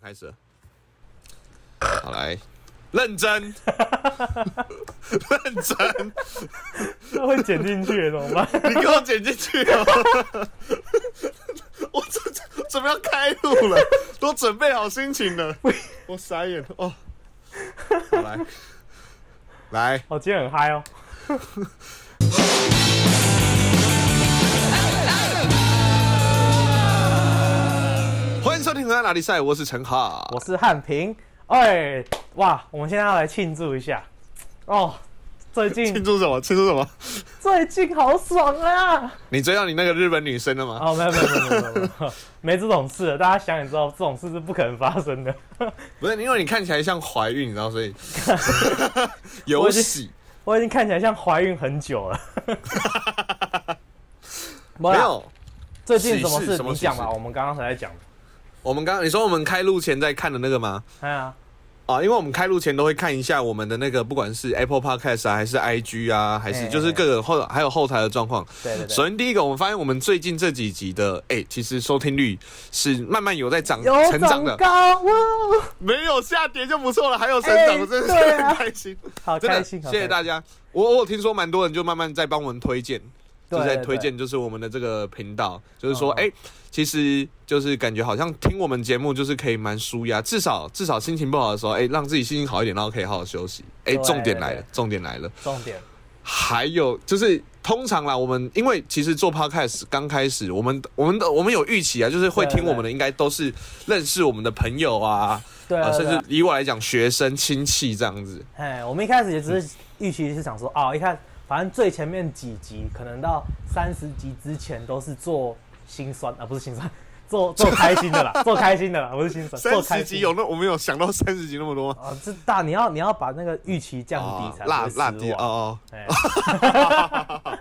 开始了，好来，认真，认真，那会剪进去怎么办？ 你给我剪进去哦！ 我准准备要开路了，都准备好心情了，我傻眼哦。好来，来，哦，今天很嗨哦，欢迎收听《河南拉力赛》，我是陈浩。我是汉平。哎，哇，我们现在要来庆祝一下哦。最庆近祝什么？庆祝什么？最近好爽啊！你追到你那个日本女生了吗？哦，没有没有没有没有没有没有， 没这种事了。大家想也知道，这种事是不可能发生的。 不是，因为你看起来像怀孕，你知道，所 以有喜。我已经看起来像怀孕很 久了。没没有啦，有，最近什么喜事事什么你讲喜吧，事我们刚刚才在讲。我们刚你说我们开录前在看的那个吗？哎呀，啊，因为我们开录前都会看一下我们的那个，不管是 Apple Podcast 啊，还是 IG 啊，还是哎就是各个后还有后台的状况。对对首对，先第一个，我们发现我们最近这几集的，哎、其实收听率是慢慢有在涨有嗯成长长的，高哇！没有下跌就不错了，还有成长，哎我真的是对啊很开心，好真开的，心，好谢谢开心大家。我我有听说蛮多人就慢慢在帮我们推荐，就对在对推对荐就是我们的这个频道，就是说，嗯嗯哎、其实就是感觉好像听我们节目就是可以蛮舒压，至少至少心情不好的时候，哎、让自己心情好一点，然后可以好好休息。哎、对重点来了对，重点来了，重点。还有就是。通常啦，我们因为其实做 podcast 刚开始，我们我们的我们有预期啊，就是会对听对我们的，应该都是认识我们的朋友啊，对啊，啊，甚对啊至以我来讲，学生亲戚这样子。哎，我们一开始也只是预期是想说，哦，一看反正最前面几集，可能到三十集之前都是做心酸啊，不是心酸，做 做开 心的啦，做开心的啦，不是心酸，做三开十心集有那我们有想到三十集那么多吗？啊，这大你要你要把那个预期降哦低才辣不会辣失低望哦哎哦，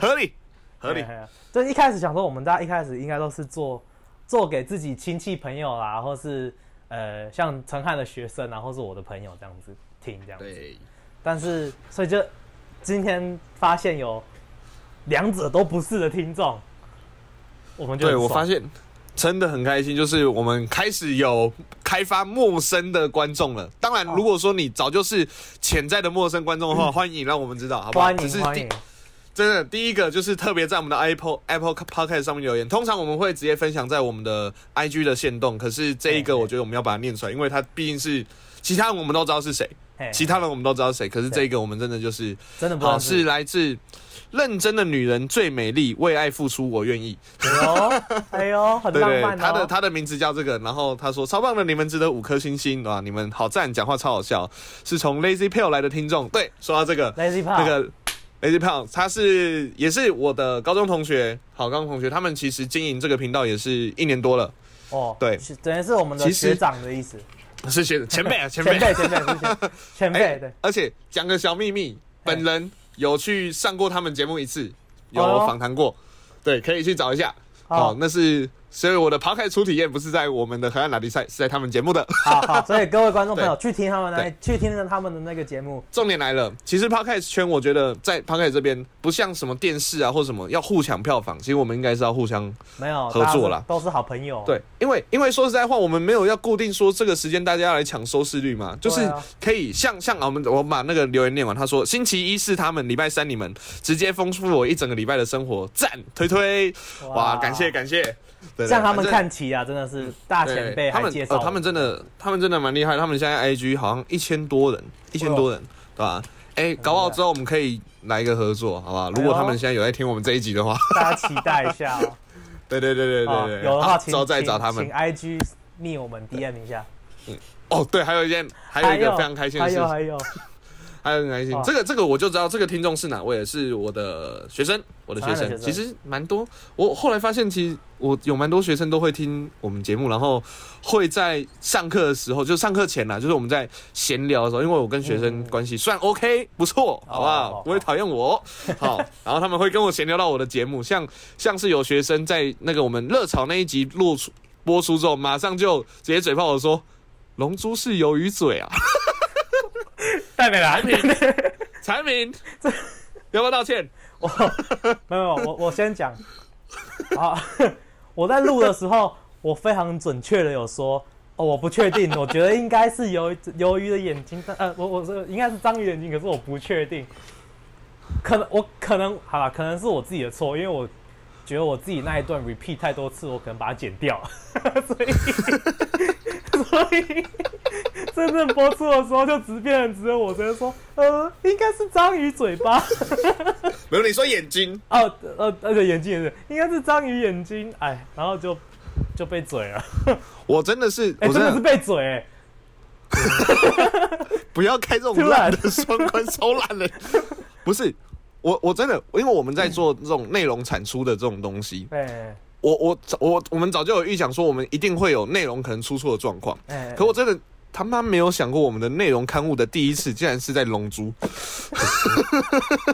合理 合理对。对对就一开始想说，我们大家一开始应该都是做做给自己亲戚朋友啦，或是呃像陈汉的学生啊，或是我的朋友这样子听这样子。对，但是所以就今天发现有两者都不是的听众，我们就对很我爽发现真的很开心，就是我们开始有开发陌生的观众了。当哦然，如果说你早就是潜在的陌生观众的话，欢迎让我们知道，好不好？嗯欢只是迎欢第迎，真的，第一个就是特别在我们的 Apple Apple Podcast 上面留言，通常我们会直接分享在我们的 IG 的线动，可是这一个嘿嘿我觉得我们要把它念出来，因为它毕竟是其他人我们都知道是谁，嘿其他人我们都知道是谁，可是这一个我们真的就是真的不好认是识。来自认真的女人最美丽，为爱付出我愿意。哎呦哎 呦，很对浪对，漫她的哦。她的名字叫这个，然后她说超棒的，你们值得五颗星星啊！你们好赞，讲话超好笑，是从 Lazy p a l e 来的听众。对，说到这个 Lazy p a 那个 Lazy p a l e 他是也是我的高中同学，好高中同学，他们其实经营这个频道也是一年多了，哦，对是等于是我们的其实学长的意思，是 学前辈啊，前辈哎前辈前辈是前 前辈对，哎而且讲个小秘密，本人有去上过他们节目一次，有哦哟访谈过，对，可以去找一下。好哦，那是所以我的抛开初体验不是在我们的河岸拉力赛，是在他们节目的。 好好，所以各位观众朋友去听他们那去听他们的那个节目，重点来了，其实 podcast 圈我觉得在 podcast 这边不像什么电视啊或什么要互抢票房，其实我们应该是要互相没有合作啦大家是都是好朋友，对，因为因为说实在话，我们没有要固定说这个时间大家要来抢收视率嘛，就对是啊可以像像啊我们我把那个留言念完，他说星期一是他们，礼拜三你们，直接丰富我一整个礼拜的生活，赞推推，哇，感谢感谢，对向他们。对反正看齐啊，真的是大对前辈他还们介绍呃，我他们真的，他们真的蛮厉害。他们现在 IG 好像一千多人，一千多人，对哦吧？哎，搞不好之后我们可以来一个合作，好不好？如果他哎们现在有在听我们这一集的话， 大家期待一下哦。对对对对啊，对对，有的话好请之后再找他们请。IG 密我们 DM 一下。哦，对，还有一件，还有一个非常开心的还事有情，还有，还有很开心哦。这个这个我就知道，这个听众是哪位了，是我的学生，我的学台湾生。的学其生实蛮多，我后来发现，其实我有蛮多学生都会听我们节目，然后会在上课的时候，就上课前啦，就是我们在闲聊的时候，因为我跟学生嗯关系算 OK 不错，好不哦好哦？不会讨厌我。好，然后他们会跟我闲聊到我的节目，像像是有学生在那个我们热潮那一集录出播出之后，马上就直接嘴炮我说。龙珠是鱿鱼嘴啊！戴 美兰，产品，要不要道歉？没有，我我先讲。 啊，我在录的时候，我非常准确的有说，哦，我不确定，我觉得应该是鱿鱿鱼的眼睛，但呃，我我是应该是章鱼眼睛，可是我不确定，可能我可能好了，可能是我自己的错，因为我觉得我自己那一段 repeat 太多次，我可能把它剪掉， 所以所以真正播出的时候就只变成只有我直接说，呃，应该是章鱼嘴巴，没有你说眼睛，哦呃而且眼睛也是，应该是章鱼眼睛，哎，然后就就被嘴了，我真的是，哎、我真的是的被嘴、哎不要开这种烂的双关，超烂 的。不是，我我真的，因为我们在做这种内容产出的这种东西，哎我我早我我们早就有预想说，我们一定会有内容可能出错的状况。哎，可我真的他妈没有想过，我们的内容刊物的第一次竟然是在《龙珠》，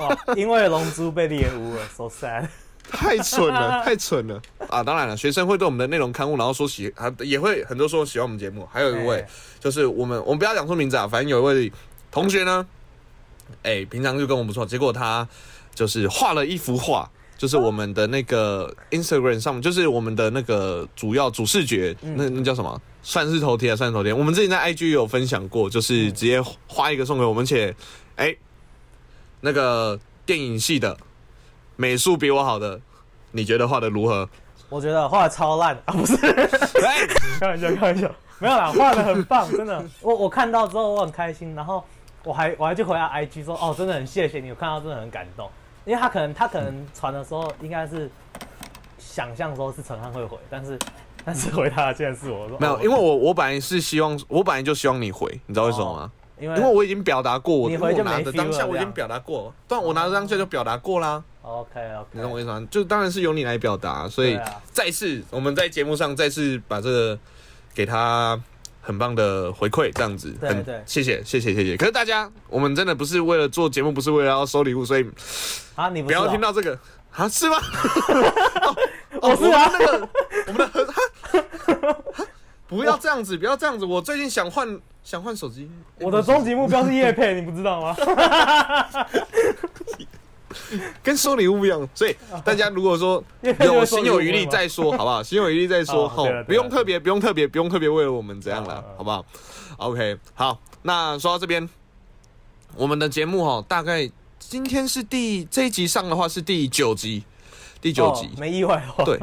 哇，哦因为龙珠被猎污了，so sad。太蠢了，太蠢了啊！当然了，学生会对我们的内容刊物，然后说喜啊，也会很多说喜欢我们节目。还有一位哎就是我们，我们不要讲出名字啊，反正有一位同学呢，哎、平常就跟我们不错，结果他就是画了一幅画。就是我们的那个 Instagram 上面，就是我们的那个主要主视觉，那那叫什么？算是头贴啊，算是头贴。我们之前在 IG 有分享过，就是直接画一个送给我们，而且，哎、那个电影系的美术比我好的，你觉得画的如何？我觉得画的超烂啊，不是， 哎，开玩笑，开玩笑，没有啦，画的很棒，真的。我我看到之后我很开心，然后我还我还去回他 IG 说，哦，真的很谢谢你，我看到真的很感动，因为他可能他可能传的时候应该是想象说是陈汉会回，但是但是回他的竟然是我，我说没有哦，因为我我本来是希望，我本来就希望你回，你知道为什么吗？因因为我已经表达过，我哦你因回为就我没拿的 feel 了当下我已这经样表达过了，但我拿的当下就表达过啦， OK 你懂 OK，我意思吗？就当然是由你来表达，所以对啊再次我们在节目上再次把这个给他很棒的回馈，这样子，对很对谢谢谢谢谢谢。可是大家，我们真的不是为了做节目，不是为了要收礼物，所以啊，你不不是要哦听到这个啊，是 吗？我是啊们那个我们的 合，哈哈不要这样子，不要这样子。我最近想换想换手机，我的终极目标是叶配，你不知道吗？ 跟收礼物不一样，所以啊大家如果 说因有为就是说心有礼物余力嘛再说，好不好？心有余力再说，哦吼对啊对啊，不用特别，不用特别，不用特别为了我们怎样嗯了嗯，嗯好不好？OK，好，那说到这边，我们的节目哈，大概今天是第这一集上的话是第九集，第九集哦，没意外的话，对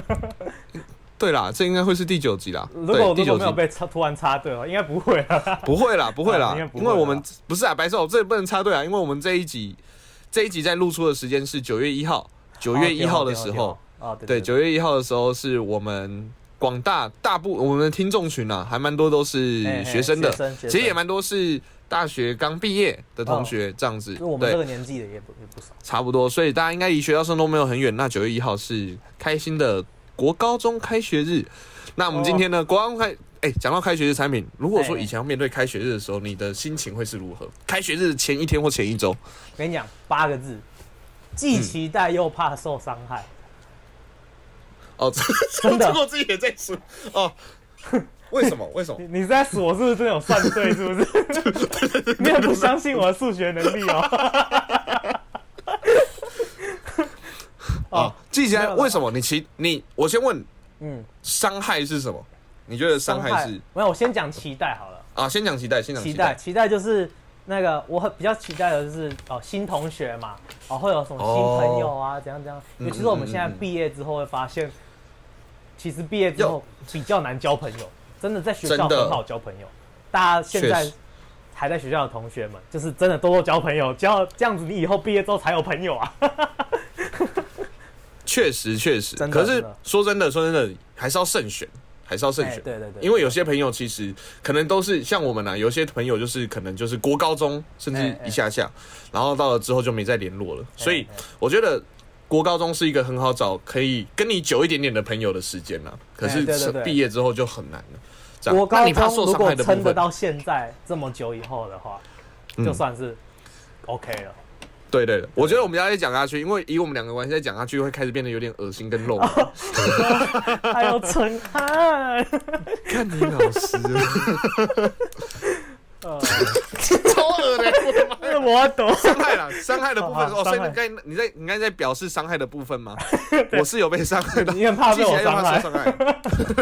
对啦，这应该会是第九集啦，如对果第如九集果没有被插突然插队哦，应该不会啊。不会啦，不会啦啊应该，不因会为啦我们不是啊，白手这也不能插队啊，因为我们这一集这一集在露出的时间是九月一号，九月一号的时候，啊，对对，对九月一号的时候是我们广大大部我们的听众群啊，还蛮多都嘿是嘿学生的学生，学其实也生蛮多是大学刚毕业的同学这样子，就我们这个对，年纪的也不也不少。差不多，所以大家应该离学校生都没有很远。那九月一号是开心的国高中开学日，那我们今天呢，国高中开。哎、讲到开学日产品，如果说哎以前要面对开学日的时候，你的心情会是如 何？开学日前一天或前一周，跟你讲八个字，既期待又怕受伤害。哦， 这真的这我自己也在说哦， 为什么？为什么？你你是在数我是不是真的有算对？是 不是？ 你也不相信我的数学能力哦。啊，记起哦没来有了为什么你期你？我先问嗯，伤害是什么？你觉得 伤害是没有，我先讲期待好了。啊？先讲期待，先讲期期待待。期待就是那个我很比较期待的就是哦新同学嘛，哦会有什么哦新朋友啊，怎样怎样。嗯尤其是我们嗯现在嗯毕业之后会发现，其实毕业之后比较难交朋友，真的在学校真的很好交朋友。大家现在确实还在学校的同学们，就是真的多多交朋友，交这样子你以后毕业之后才有朋友啊。确实确实，真的可是真的说真的，说真的，还是要慎选，还是要慎选。哎对对对因为有些朋友其实可能都是像我们啊，有些朋友就是可能就是国高中甚至哎哎一下下，然后到了之后就没再联络了。所以哎我觉得国高中是一个很好找可以跟你久一点点的朋友的时间啦。可哎是对对对毕业之后就很难了。这样我那高你怕中受如伤害果的部撑得分，嗯到现在这么久以后的话，就算是 OK 了。对对，对我觉得我们要再讲下去，因为以我们两个关系再讲下去，会开始变得有点恶心跟 肉麻。还有 陈汉，看你老师，啊 呃超恶的，我的妈！我要懂。伤害了，伤害的部分哦好哦，所以伤害你该你在你刚才在表示伤害的部分吗？我是有被伤害的，你很怕被记起我来又伤怕害受伤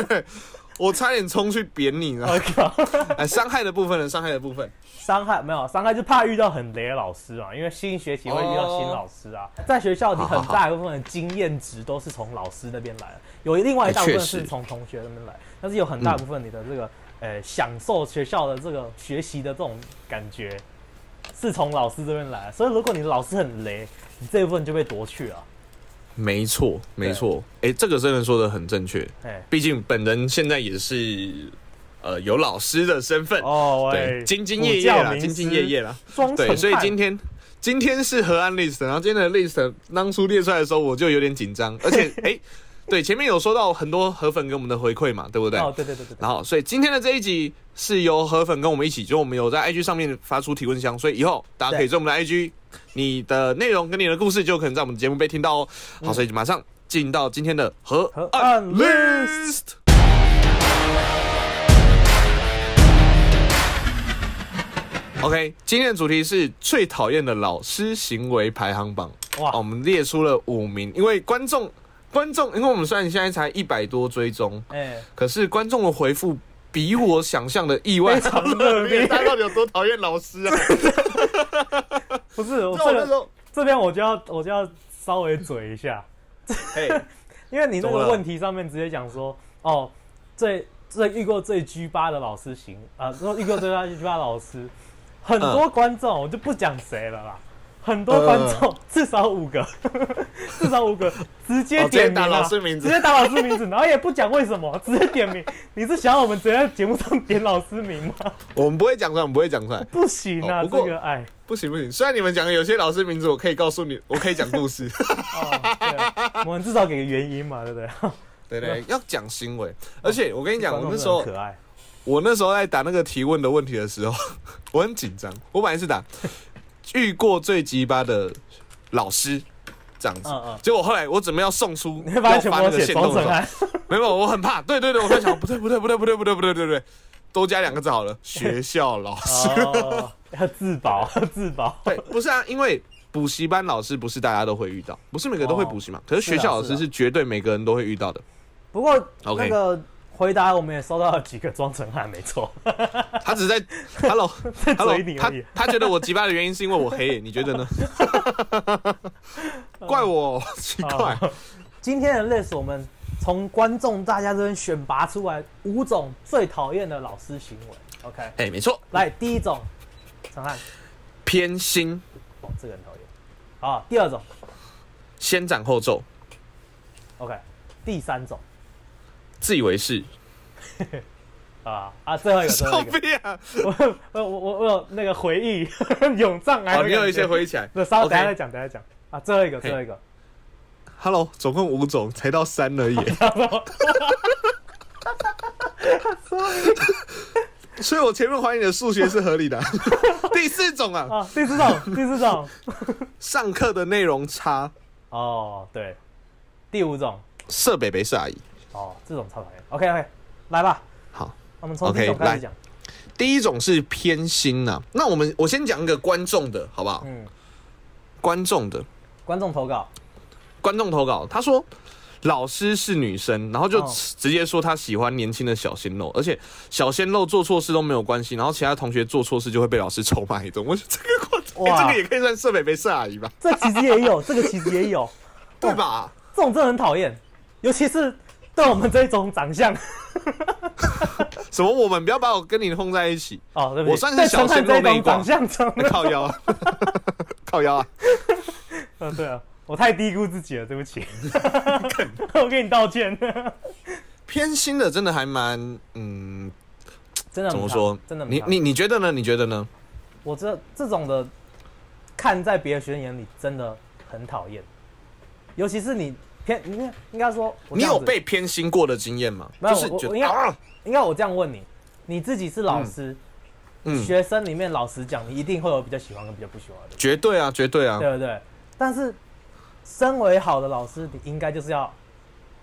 害。 我差点冲去扁你了。我靠，哎，伤害的部分呢？伤害的部分， 伤害没有伤害，就怕遇到很雷的老师嘛，因为新学期会遇到新老师啊。哦在学校，你很大一部分的经验值都是从老师那边来的，有另外一大部分哎确实是从同学那边来，但是有很大部分你的这个、嗯呃享受学校的这个学习的这种感觉，是从老师这边来的。所以如果你的老师很雷，你这一部分就被夺去了。没错，没错。哎、这个真的说的很正确。哎，毕竟本人现在也是呃有老师的身份，哦对，喂，兢兢补业业教啦，名兢师兢业，业啦。装对，成所以派今天今天是河岸 list，然后今天的 list 当初列出来的时候，我就有点紧 张，而且哎、对，前面有收到很多河粉给我们的回馈嘛，对不对？哦，对对对对对，然后，所以今天的这一集是由河粉跟我们一起，就我们有在 IG 上面发出提问箱，所以以后大家可以追我们的 IG，你的内容跟你的故事就可能在我们节目被听到哦。好，所以马上进到今天的河河岸岸 list。OK，今天的主题是最讨厌的老师行为排行榜。哇哦，我们列出了五名，因为观众观众，因为我们虽然现在才一百多追踪，哎，可是观众的回复比我想象的意外非常热烈他到底有多讨厌老师啊？你知 不是我道我这那个时。候，这边我就要我就要稍微嘴一下，哎，因为你那怎么个了问题上面直接讲说，哦，最最遇过最 G 八的老师型啊，说、遇过最大 G 八老师，嗯很多观众、我就不讲谁了啦，很多观众、嗯至少五个， 至少五个直接哦直接点名、打啊老师名字直接打老师名字，然后也不讲为什么，直接点名，你是想要我们直接在节目上点老师名吗？我们不会讲出来，我们不会讲出来， 不行啊，哦不过这个哎。不行不行。虽然你们讲的有些老师名字，我可以告诉你，我可以讲故事，哦，对啊，我们至少给个原因 嘛，对不对？对对，要讲行为。而且我跟 你讲，观哎我众那时真的候很可爱，我那时候在打那个提问的问题的时候，我很紧张。我本来是打遇过最鸡巴的老师这样子，嗯嗯结果后来我准备要送出 你会要发发现全部那都个写线动庄的时成候，安，没有，我很怕。对对对，我在想，不对不对不对不对不对不对不对不对，多加两个字好了，学校老师。哦， 要自保，要自保。对，不是啊，因为补习班老师不是大家都会遇到，不是每个都会补习嘛。可是学校老是师啊是是绝对每个人都会遇到的。不过 OK 那个回答我们也收到了几个装成汉，没错， 他只是在 hello 在 hello，嘴你而他已。他觉得我鸡巴的原因是因为我黑耶，你觉得 呢？怪我，哦奇怪，哦今天的 list 我们从观众大家这边选拔出来五种最讨厌的老师行为。OK，哎，没错，来第一种，陈汉，偏心，哦，这个很讨厌。好，第二种先斩后奏， ，OK，第三种自以为是，啊啊，最后一个，最后臭一个，屁啊！我我我我我有那个回忆 涌上来的感觉。好，哦你有一些回忆起来。那稍等一下 OK 再讲，等一下再讲啊，最后一个，最后一个， Hello，总共五种，才到三 而已。所以，我前面怀疑你的数学是合理的。啊 第四种啊，啊，第 四种，第四种，上课的内容差，哦，对，第五种，设北北是阿姨。哦，这种超讨厌。OK OK，来吧，好，我们从 OK，第一种开始讲。第一种是偏心呐、那我们我先讲一个观众的好不好？嗯，观众的观众投稿，观众投稿，他说老师是女生，然后就哦直接说他喜欢年轻的小鲜肉，而且小鲜肉做错事都没有关系，然后其他同学做错事就会被老师臭骂一顿。我觉得这个观众、哇欸这个也可以算设北北是阿姨吧？这其实 也有，这个其实也有，对吧？这种真的很讨厌，尤其是对我们这种长相。什么？我们不要把我跟你混在一起，哦，对不起，我算是对小陈汉鲜肉这那一种挂长相中的， 靠腰啊， 靠腰啊！嗯，对啊，我太低估自己了，对 不起， 我给你道歉。偏心的真的还蛮，嗯，真的怎很么长说？真的很你长你你觉得呢？你觉得呢？我这这种的，看在别的学生眼里真的很讨厌，尤其是你偏，你应该说，我你这样有子被偏心过的经验吗？没有就是我觉我得应该啊，应该我这样问你，你自己是老师，嗯，学生里面老师讲，你一定会有比较喜欢跟比较不喜欢的，绝对啊，绝对啊，对不对？但是，身为好的老师，你应该就是要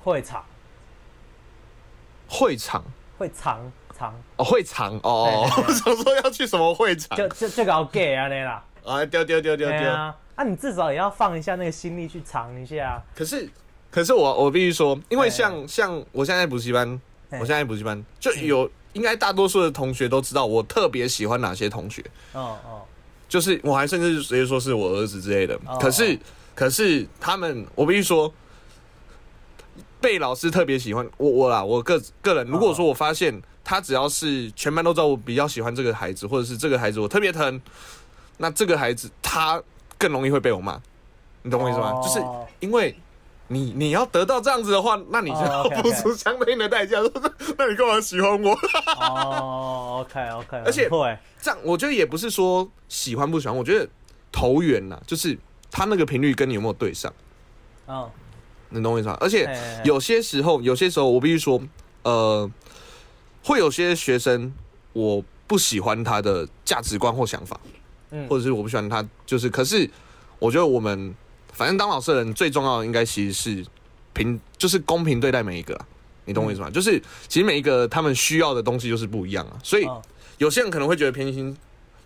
会场，会场会藏藏，哦，会场哦哦，对哦我 想说要去什么会场就就就搞 gay 啊那啦，啊？丢丢丢丢对丢！啊，啊你至少也要放一下那个心力去藏一下啊，可是可是我我必须说，因为哎像像我现在在补习班，嘿我现在补习班就嗯有，应该大多数的同学都知道我特别喜欢哪些同学，嗯嗯，就是我还甚至直接说是我儿子之类的哦。可是可是他们，我必须说，被老师特别喜欢我我啦，我个个人，哦如果说我发现他只要是全班都知道我比较喜欢这个孩子，或者是这个孩子我特别疼，那这个孩子他更容易会被我骂，你懂我意思吗？哦就是因为。你你要得到这样子的话，那你就哦要，OK，OK 付出相对应的代价。 那你干嘛喜欢我？哦，OK OK，而且会，这样，我觉得也不是说喜欢不喜欢，我觉得投缘呐，就是他那个频率跟你有没有对上，嗯，你懂我意思吗？而嘿且嘿嘿有些时候，有些时候我必须说，呃，会有些学生我不喜欢他的价值观或想法，嗯或者是我不喜欢他，就是可是我觉得我们反正当老师的人最重要的应该其实是平，就是公平对待每一个啊、你懂我意嗯思吗？就是其实每一个他们需要的东西就是不一样啊，所以嗯有些人可能会觉得偏心，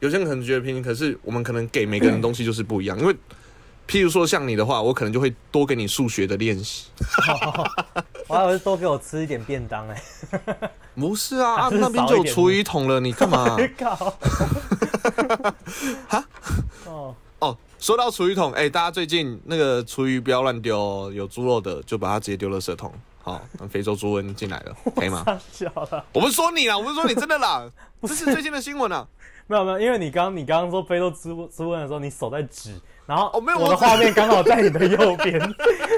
有些人可能觉得偏心，可是我们可能给每个人的东西就是不一样，因为譬如说像你的话，我可能就会多给你数学的练习。我还以为多给我吃一点便当哎，不是啊，啊还是 少那一边就有点？厨余桶了，你干 嘛 靠，哈，哦，哦，说到厨余桶，哎、大家最近那个厨余不要乱丢哦，有猪肉的就把它直接丢垃圾桶。好，那非洲猪瘟进来 了，可以吗？太小了，我不是说你啦，我不是说你真的啦，这是最近的新闻 啊。没有没有，因为你刚你刚刚说非洲猪猪瘟的时候，你手在指，然后哦没有我我的画面刚好在你的右 边，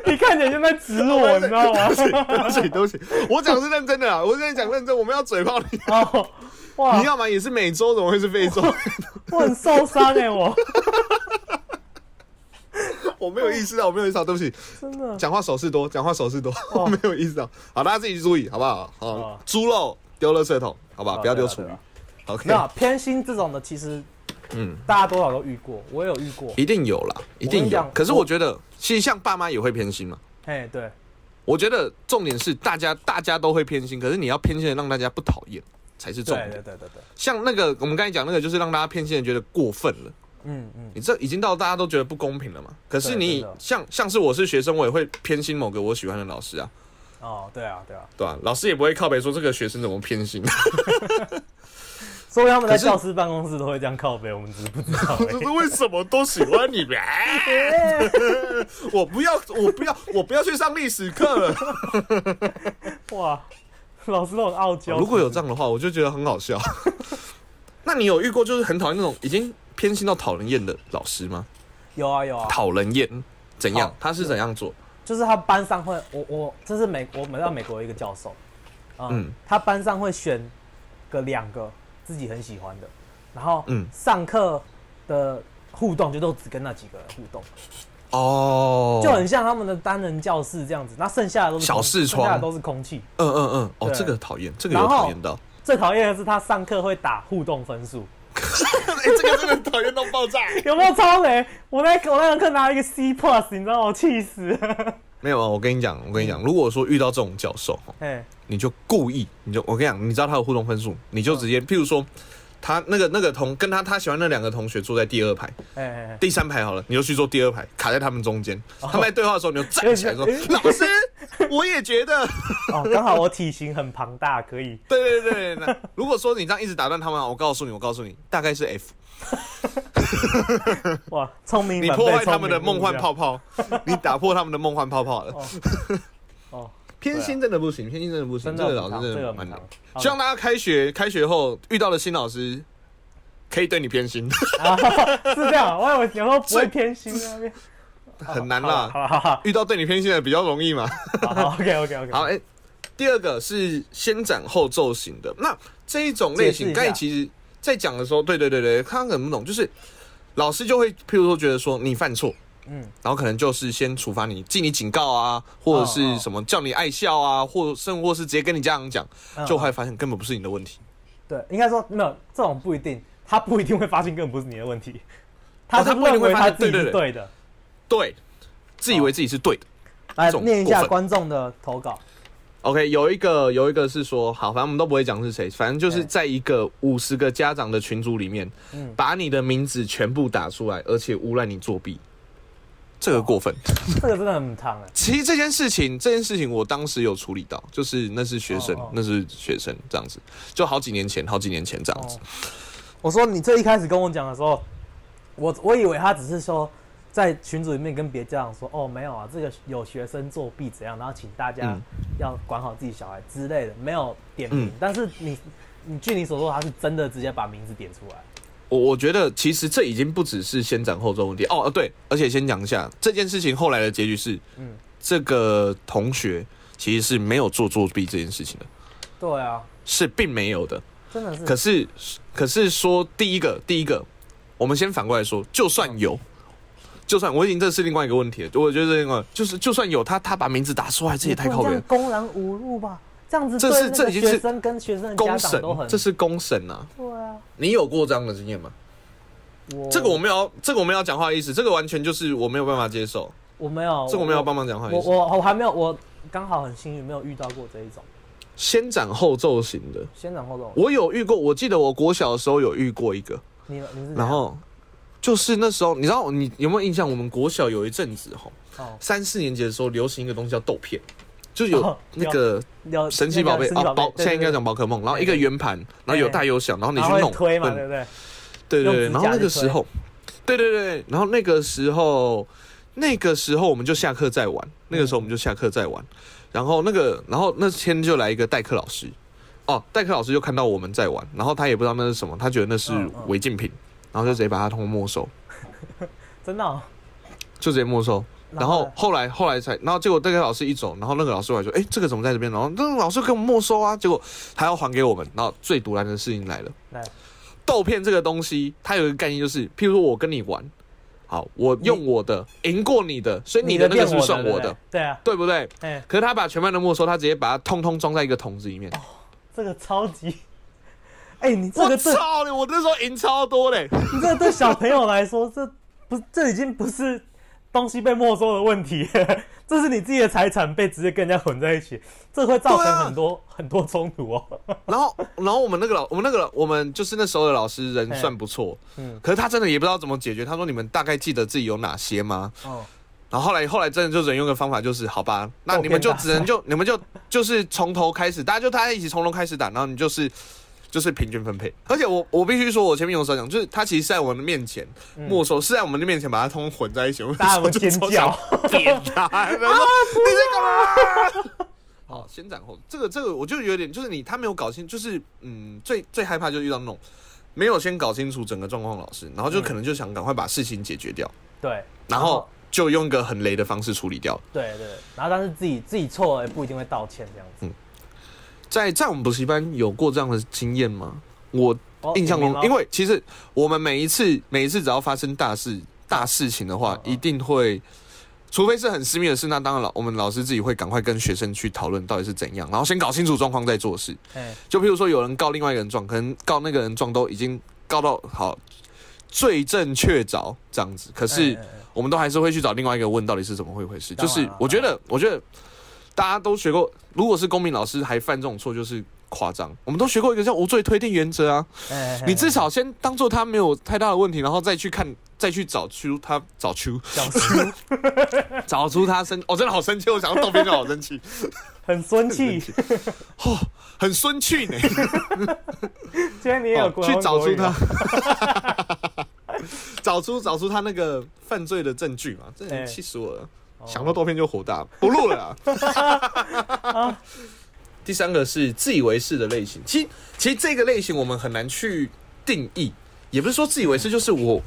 你看起来像在指我，你知道吗？对不起，对不起，我讲是认真的啦，我现在讲认真，我们要嘴炮你。哦，哇你，要嘛也是美洲，怎么会是非洲？我很受伤哎，我我没有意啊识到，我没有意识到，对不起，真的，讲话手势多，讲话手势多， 我没有意识到。好，大家自己注意，好不好？好哦，猪肉丢垃圾桶，好吧，不要丢厨对余啊对啊。 OK，没有偏心这种的，其实嗯，大家多少都遇过，我也有遇过，一定有啦，一定我跟你有讲。可是我我觉得，其实像爸妈也会偏心嘛。哎，对，我觉得重点是大家大家都会偏心，可是你要偏心的让大家不讨厌才是重对对点。对对对，像那个我们刚才讲那个，就是让大家偏心的觉得过分了。嗯嗯，你这已经到大家都觉得不公平了嘛？可是对你真的像像是我是学生，我也会偏心某个我喜欢的老师啊。哦，对啊对啊，对啊，老师也不会靠北说这个学生怎么偏心，所以他们在可是教师办公室都会这样靠背，我们只是不知道而就已。是 为什么都喜欢你呗？ 我不要，我不要，我不要去上历史课了。哇，老师都很傲娇。如果有这样的话，我就觉得很好笑。 那你有遇过就是很讨厌那种已经偏心到讨人厌的老师吗？有啊有啊，讨人厌怎样好？他是怎样做？就是他班上会，我我这是美，我们到美国一个教授，嗯，嗯他班上会选个两个自己很喜欢的，然后嗯上课的互动就都只跟那几个人互动，哦，就很像他们的单人教室这样子，那剩下的都是小空视窗剩下的都是空气。嗯嗯嗯，哦，对这个讨厌，这个有然后讨厌到，最讨厌的是他上课会打互动分数， 哎，这个真的讨厌到爆炸。有没有超雷？我那我那堂课拿了一个 C plus，你知道吗我气死 了。 没有啊，我跟你讲，我跟你讲，如果说遇到这种教授，哦哎，你就故意，你就我跟你讲，你知道他有互动分数，你嗯就直接，譬如说，他那个那个同跟他他喜欢那两个同学坐在第二排、哎哎，第三排好了，你就去坐第二排，卡在他们中间。哦他们在对话的时候，你就站起来 说有点：“老师，我也觉得。哎哦，刚好我体型很庞大，可以。”对对对对，那如果说你这样一直打断他们，我告诉你，我告诉你，大概是 F，哇，聪明你反破被坏他聪们明的误梦幻这样泡泡，你打破他们的梦幻泡泡了。哦，偏心真的不行，偏心真的不行，真这的个老很师真这个的很蛮难长。希望大家开学开学后遇到的新老师，可以对你偏心，啊，是这样，我以为有时候不会偏心 那边，很难好啦。好好好遇到对你偏心的比较容易嘛。 好，OK OK OK，好，哎、第二个是先斩后奏型的。那这一种类型，解释一下刚才其实在讲的时候，对对对对，他可能不懂，就是老师就会，譬如说觉得说你犯错，嗯，然后可能就是先处罚你，记你警告啊，或者哦是哦什么叫你爱笑啊，或甚或是直接跟你家长讲，嗯就会发现根本不是你的问题。对，应该说没有这种不一定，他不一定会发现，根本不是你的问题，他哦他是不一定认会为发他现自己对是对对的。对，自以哦为自己是对的。来这种念一过下分观众的投稿， OK，有一个有一个是说，好，反正我们都不会讲是谁，反正就是对在一个五十个家长的群组里面，嗯把你的名字全部打出来，而且诬赖你作弊，这个过分。这个真的很烫哎、其实这件事情，这件事情我当时有处理到，就是那是学生，哦哦那是学生这样子，就好几年前，好几年前这样子。哦，我说你最一开始跟我讲的时候，我我以为他只是说在群组里面跟别家长说，哦，没有啊，这个有学生作弊怎样，然后请大家嗯要管好自己小孩之类的，没有点名。嗯但是你你据你所说，他是真的直接把名字点出来。我我觉得其实这已经不只是先斩后奏问题哦，呃对，而且先讲一下这件事情后来的结局是，嗯这个同学其实是没有做作弊这件事情的，对啊，是并没有的。真的是。可是可是说第一个第一个，我们先反过来说，就算有。就算我已经这是另外一个问题了，我觉得这另外就是就算有他，他把名字打出来，这也太你不靠能这北了。样公然侮辱吧？这样子这对是那这个已经学是生跟学生的家公长审都很，这是公审啊！对啊。你有过这样的经验吗？我这个我没有要，这个我没有要讲话的意思，这个完全就是我没有办法接受，我没有，这个我没有要帮忙讲话的我意思。我我还没有，我刚好很幸运没有遇到过这一种先斩后奏型的，先斩后奏。我有遇过，我记得我国小的时候有遇过一个，你你是怎样然后就是那时候，你知道你有没有印象？我们国小有一阵子吼，哦，三四年级的时候流行一个东西叫豆片，就有哦那个有神奇宝贝啊，宝现在应该讲宝可梦，然后一个圆盘，然后有大有小，然后你你去弄，推嘛，嗯对不对？对对对，用指甲然后那个去推时候，对对对，然后那个时候，那个时候我们就下课再玩，那个时候我们就下课再玩，嗯然后那个，然后那天就来一个代课老师，哦，代课老师就看到我们在玩，然后他也不知道那是什么，他觉得那是嗯嗯违禁品，然后就直接把它通通没收，真的哦。就直接没收。然后呢后来后来才，然后结果代课老师一走，然后那个老师还说，哎、这个怎么在这边？然后那个老师给我们没收啊，结果他要还给我们。然后最毒然的事情来了。来，豆片这个东西，它有一个概念，就是譬如说我跟你玩，好，我用我的赢过你的，所以你的那个变是不是算对我不对的？，对啊，对不对？哎，可是他把全班的没收，他直接把它通通装在一个桶子里面。这个超级，哎，你这我个对操你！我那时候赢超多嘞，你这个对小朋友来说，这不这已经不是东西被没收的问题，这是你自己的财产被直接跟人家混在一起，这会造对啊成很多很多冲突哦。然后然后我们那个老我们那个老我们就是那时候的老师人嘿算不错，嗯，可是他真的也不知道怎么解决。他说你们大概记得自己有哪些吗？哦，然后后来后来真的就只能用个方法，就是好吧，那豆你们片就打只能就你们就就是从头开始，大家就大家一起从头开始打，然后你就是就是平均分配。而且我我必须说，我前面有所讲，就是他其实是在我们面前没收，是在我们的面前把它通通混在一起，我们嗯大家有没有尖叫？点 他，然后说你在干嘛？好，先斩后这个这个，我就有点就是你他没有搞清，就是嗯，最最害怕就遇到那种没有先搞清楚整个状况的老师，然后嗯就可能就想赶快把事情解决掉，对，然后就用一个很雷的方式处理掉。对对，然后但是自己自己错了也不一定会道歉这样子。在在我们补习班有过这样的经验吗？我哦印象你中明，白因为其实我们每一次每一次只要发生大事大事情的话嗯，嗯一定会，除非是很私密的事，那当然老我们老师自己会赶快跟学生去讨论到底是怎样，然后先搞清楚状况再做事。哎就譬如说有人告另外一个人状，可能告那个人状都已经告到好罪证确凿这样子，可是哎哎哎我们都还是会去找另外一个问到底是怎么会回事。就当然啊是我觉得，我觉得大家都学过，如果是公民老师还犯这种错，就是夸张。我们都学过一个叫无罪推定原则啊，哎哎你至少先当做他没有太大的问题，然后再去看，再去找出他找出 小叔找出他生，哦，真的好生气，我想到豆边就好生气，很生气，哦，很生气呢。今天你也有哦国、啊去找出他，， 找出找出他那个犯罪的证据嘛，这哎人气死我了！哦想到豆片就火大，不录了啦。 啊 第三个是自以为是的类型，其实其实这个类型我们很难去定义，也不是说自以为是，就是我，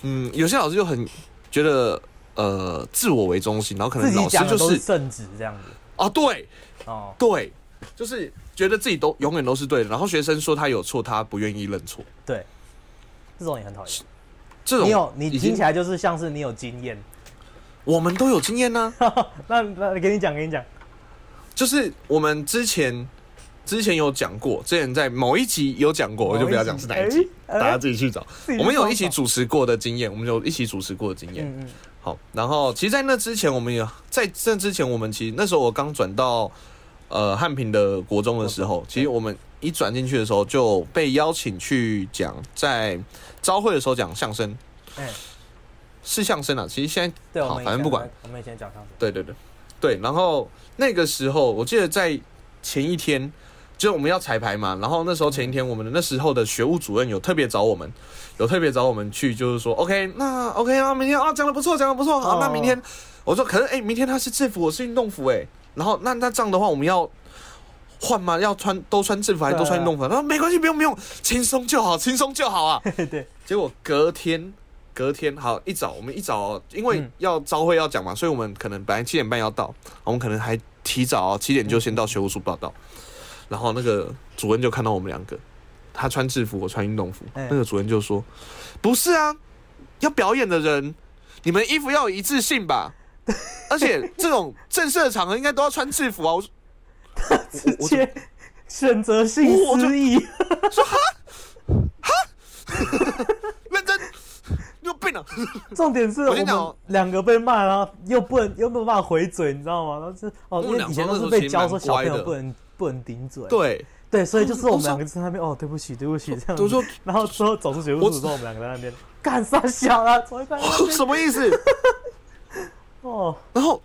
嗯，有些老师就很觉得呃自我为中心，然后可自能己老师讲的就都是是圣旨这样子啊，对哦，对，就是觉得自己都永远都是对的，然后学生说他有错，他不愿意认错。对，这种也很讨厌。这种你有你已听经起来就是像是你有经验，我们都有经验呢、那那给你讲给你讲， 就是我们之前之前有讲过，之前在某一集有讲过，我就不要讲是哪一集，哎哎大家自己去找自己去。找我们有一起主持过的经验，我们有一起主持过的经验。嗯嗯，好，然后其实，在那之前，我们有在这之前，我们其实那时候我刚转到呃汉平的国中的时候，其实我们一转进去的时候就被邀请去讲，在朝会的时候讲相声。哎是相声啊，其实现在对，我好们以反正前不管在，我们以前讲相声，对对对对，然后那个时候我记得在前一天，就是我们要彩排嘛，然后那时候前一天我们的那时候的学务主任有特别找我们，有特别找我们去，就是说 OK，那 OK 啊，明天啊讲的不错，讲的不错，好，哦那明天我说可是哎、明天他是制服，我是运动服哎、然后那那这样的话我们要。换吗？要穿都穿制啊服还是都穿运动服？他说没关系，不用不用，轻松就好，轻松就好啊。对 对，结果隔天，隔天好一早，我们一早，因为嗯要招会要讲嘛，所以我们可能本来七点半要到，我们可能还提早啊七点就先到学务处报道。然后那个主任就看到我们两个，他穿制服，我穿运动服。哎那个主任就说：“不是啊，要表演的人，你们衣服要有一致性吧？ 而且这种正式的场合应该都要穿制服啊。”我说 直我接选择性我就失忆，认真， 你有病啊！ 重点是我我先们讲哦两个被骂，然后又不能又没有办法回嘴，你知道吗？然后是我哦，因们为两以前个都那时是候被其实教蛮说小朋乖友的不能不能顶嘴， 对，对，所以就是我都们说两个在那边哦，对不起对不起这样我子，说然后之后走出学务我室之后，我们两个在那边干啥小啊，从一半 什么意思？哦 然后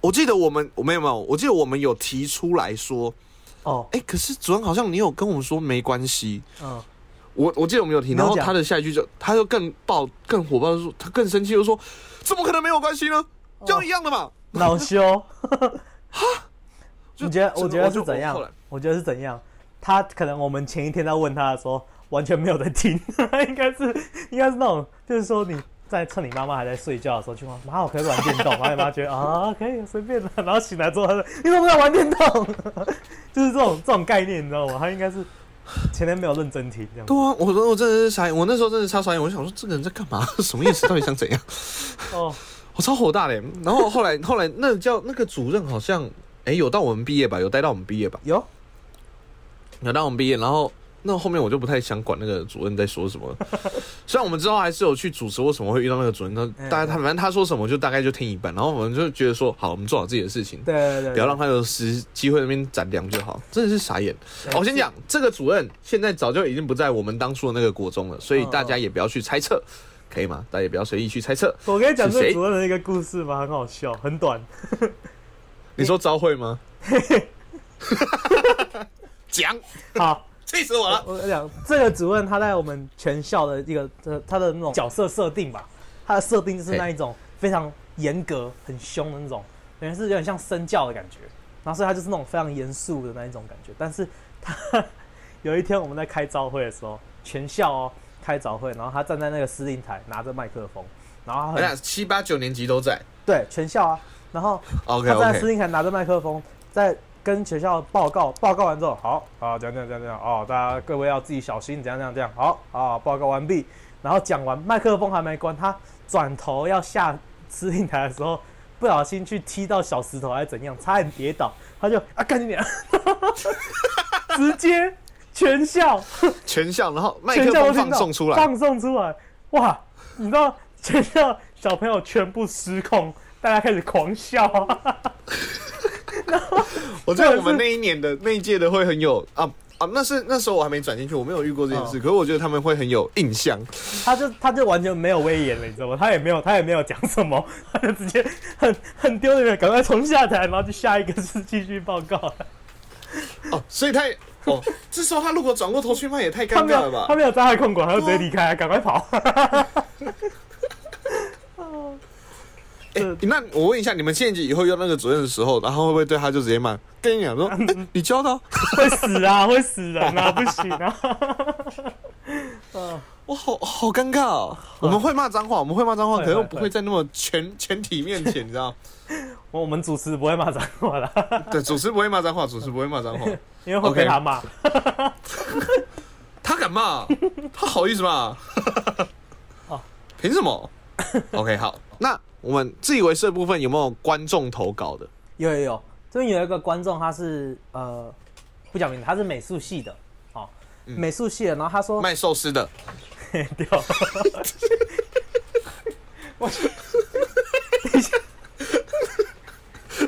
我记得我们我没有没有，我记得我们有提出来说，哦哎、可是主任好像你有跟我们说没关系。 嗯，我我记得我们有提，没有然后讲他的下一句就他就更爆更火爆，说他更生气，就说怎么可能没有关系呢？就一样的嘛。恼羞。就 你觉得？整我个觉得就是怎样我后来？我觉得是怎样？他可能我们前一天在问他的时候，完全没有在听， 应该是应该是那种，就是说你在趁你妈妈还在睡觉的时候去玩，妈，我可以玩电动，然后你妈觉得 啊可以随便的，然后醒来之后他说你怎么在玩电动？ 就是这种这种概念，你知道吗？他应该是前天没有认真听这样。对啊，我说我真的是傻眼，我那时候真的是超傻眼，我就想说这个人在干嘛？什么意思？到底想怎样？ 哦，我超火大的。然后后来后来那叫那个主任好像哎、有到我们毕业吧，有待到我们毕业吧。有然后当我们毕业，然后那后面我就不太想管那个主任在说什么 了。虽然我们之后还是有去主持为什么会遇到那个主任，他嗯大概他反正他说什么我就大概就听一半，然后我们就觉得说好，我们做好自己的事情，对对对，不要让他有时机会那边斩凉就好。真的是傻眼。对哦我先讲，这个主任现在早就已经不在我们当初的那个国中了，所以嗯大家也不要去猜测，可以吗？大家也不要随意去猜测。我跟你讲是谁这主任的一个故事吧，很好笑，很短。你说招会吗？ 讲，好。气死我了！我跟你讲，这个主任他在我们全校的一个呃他的那种角色设定吧，他的设定就是那一种非常严格、很凶的那种，等于是有点像身教的感觉。然后所以他就是那种非常严肃的那一种感觉。但是他 有一天我们在开招会的时候，全校哦开早会，然后他站在那个司令台拿着麦克风，然后我他很俩七八九年级都在。对全校啊，然后 OK 他在司 OK，令台拿着麦克风，在跟学校报告，报告完之后，好啊，讲讲讲讲哦，大家各位要自己小心，怎样怎样怎样，好啊，报告完毕。然后讲完，麦克风还没关，他转头要下司令台的时候，不小心去踢到小石头还是怎样，差点跌倒，他就啊，干你娘，直接全校全校，然后麦全克校都风听放到送出来，放送出来，哇！你知道全校小朋友全部失控，大家开始狂笑啊！我觉得真的是我们那一年的那一届的会很有啊啊，那是那时候我还没转进去，我没有遇过这件事，哦可是我觉得他们会很有印象。他就他就完全没有威严了，你知道吗？他也没有他也没有讲什么， 他就直接很很丢脸，赶快冲下台，然后就下一个是继续报告了。哦，所以他也哦，这时候他如果转过头去骂，也太尴他没尬了有他吧？没有扎他空管，他就直接离开，啊赶快跑。 哎、那我问一下，你们现在以后用那个主任的时候，然后会不会对他就直接骂？跟你讲 说，哎、你教的啊、会死啊，会死 人啊，不行啊！ 我好好尴尬哦。我们会骂脏话，我们会骂脏话，会可是会我不会在那么全全体面前，你知 道？我我们主持不会骂脏话的，对，主持不会骂脏话，主持不会骂脏话， 因为会被 OK 他骂。他敢 骂，他好意思骂？哦凭什 么？OK，好，那我们自以为是的部分有没有观众投稿的？有有有，这边有一个观众，他是呃不讲名字，他是美术系的哦，嗯美术系的，然后他说卖寿司的，卖掉， 我 去，等一下。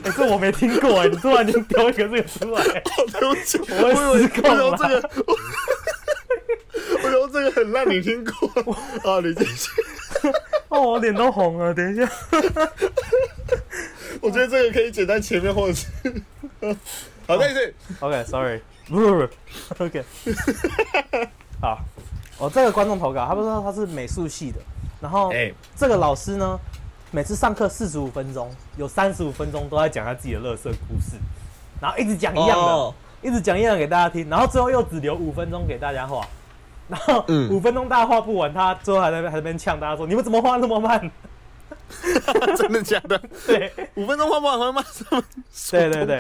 欸、这我没听过、欸，你突然间丢一个这个出来、 对不起，我会失控了我以为这个， 我 哦我以为这个很烂，你听过？啊，你继续。哦，我脸都红了，等一下。我觉得这个可以简单前面或者是， 好，再一次， OK，sorry，、不不不，OK，好，哦，这个观众投稿，他不知道他是美术系的，然后哎这个老师呢，每次上课四十五分钟，有三十五分钟都在讲他自己的乐色故事，然后一直讲一样的，哦一直讲一样的给大家听，然后最后又只留五分钟给大家画，然后嗯五分钟大家画不完，他最后还在那边还在那边呛大家说：“你们怎么画那 么慢真的假的？？”对。五分钟画不完，会骂什么？对对对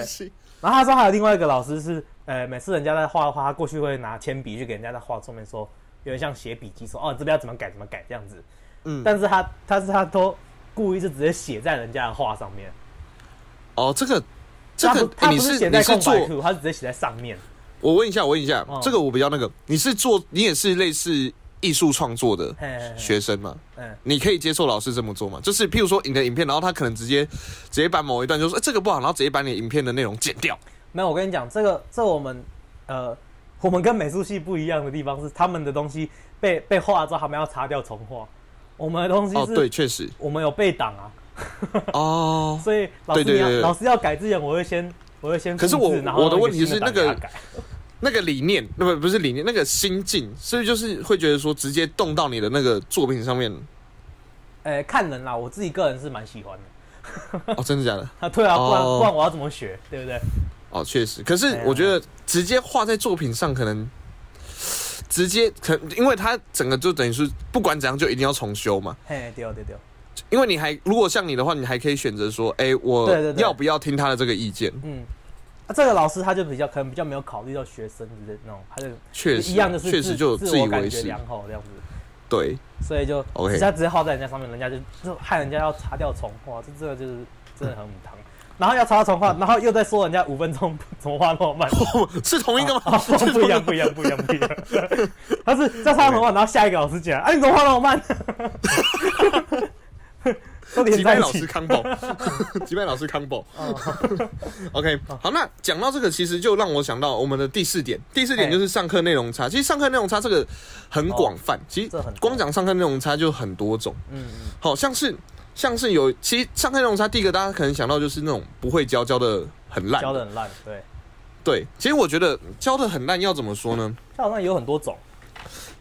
然后他说还有另外一个老师是，呃，每次人家在画的话，他过去会拿铅笔去给人家在画上面说，有点像写笔记说，哦，你这边要怎么改怎么改这样子。嗯但是他他是他都故意是直接写在人家的画上面，哦，这个这他个不嗯他哎你不是写你在是空白做，处，他是直接写在上面。我问一下，我问一下哦，这个我比较那个，你是做你也是类似艺术创作的嘿嘿嘿学生吗？嗯，你可以接受老师这么做吗？就是譬如说你的影片，然后他可能直接直接把某一段就说、欸、这个不好，然后直接把你的影片的内容剪掉。没有，我跟你讲，这个这我们呃，我们跟美术系不一样的地方是，他们的东西被被画了之后，他们要擦掉重画。我们的东西哦，是，对，确实，我们有被挡啊， 哦，所以老师对对你要对对老师要改之前，我会先我会先可是复制我然后我的用一问题新是档那给他个改那个理念，那不不是理念，那个心境，所以就是会觉得说直接动到你的那个作品 上面。呃看人啦，我自己个人是蛮喜欢的 哦，真的假的？啊，对啊，不然、哦不然我要怎么学，对不对？哦，确实。可是哎呀我觉得直接画在作品上，可能直接可，因为它整个就等于是不管怎样就一定要重修嘛。嘿，对对对，因为你还如果像你的话，你还可以选择说，哎、我对对对要不要听他的这个意见？嗯。啊、这个老师他就比较可能比较没有考虑到学生之类的那种，他就确实，啊一样就是确实自就有自自以我感为觉是，良好这样子，对。 所以就 OK 直接直接耗在人家上面，人家就就害人家要擦掉重画，这这个就是真的很母汤。然后要擦掉重画，然后又在说人家五分钟怎么画那么慢，哦，是同一个吗？哦，不一样，不一样，不一样，不一样。他是在上头画，然后下一个老师进来，啊，你怎么画那么慢？都连击在败一老起师。康宝， 击败老师康宝。哦 OK，好，那讲到这个，其实就让我想到我们的第四点。第四点哎就是上课内容差。其实上课内容差这个很广泛，其实哦这很多光讲上课内容差就很多种。嗯嗯，好像是像是有，其实上课内容差，第一个大家可能想到就是那种不会教教的很烂。教的很烂，对，对，其实我觉得教的很烂要怎么说呢？教好像有很多种，